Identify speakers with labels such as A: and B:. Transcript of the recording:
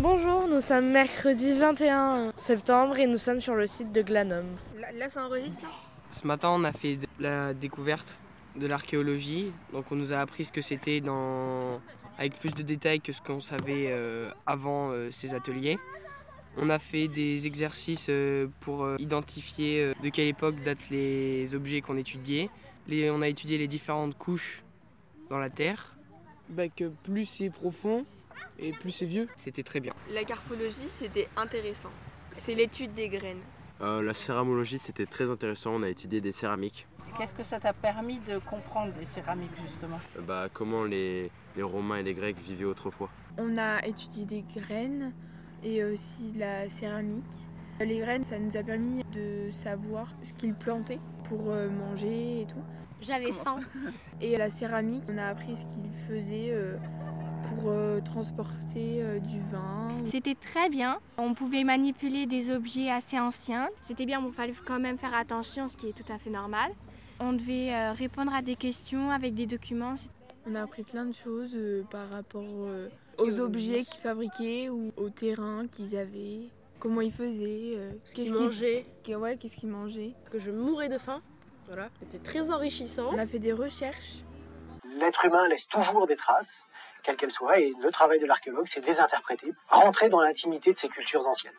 A: Bonjour, nous sommes mercredi 21 septembre et nous sommes sur le site de Glanum.
B: Là, là, ça enregistre là
C: Ce matin, on a fait de- la découverte de l'archéologie. Donc, on nous a appris ce que c'était dans... avec plus de détails que ce qu'on savait euh, avant euh, ces ateliers. On a fait des exercices euh, pour euh, identifier euh, de quelle époque datent les objets qu'on étudiait. Les- on a étudié les différentes couches dans la Terre.
D: bah, que plus c'est profond et plus c'est vieux.
C: C'était très bien.
B: La carpologie, c'était intéressant. C'est l'étude des graines.
E: Euh, la céramologie, c'était très intéressant. On a étudié des céramiques.
F: Qu'est-ce que ça t'a permis de comprendre des céramiques justement
E: Euh, bah, comment les, les Romains et les Grecs vivaient autrefois.
G: On a étudié des graines et aussi de la céramique. Les graines, ça nous a permis de savoir ce qu'ils plantaient pour euh, manger et tout.
H: J'avais faim.
G: Et la céramique, on a appris ce qu'ils faisaient euh, pour euh, transporter euh, du vin.
H: C'était très bien. On pouvait manipuler des objets assez anciens. C'était bien, mais il fallait quand même faire attention, ce qui est tout à fait normal. On devait euh, répondre à des questions avec des documents.
G: On a appris plein de choses euh, par rapport euh, aux objets qu'ils fabriquaient ou au terrain qu'ils avaient, comment ils faisaient, euh, qu'est-ce qu'ils
I: mangeaient,
G: que- ouais, qu'est-ce qu'ils mangeaient.
I: que je mourais de faim. Voilà, c'était très enrichissant.
G: On a fait des recherches
J: L'être humain laisse toujours des traces, quelles qu'elles soient, et le travail de l'archéologue, c'est de les interpréter, rentrer dans l'intimité de ces cultures anciennes.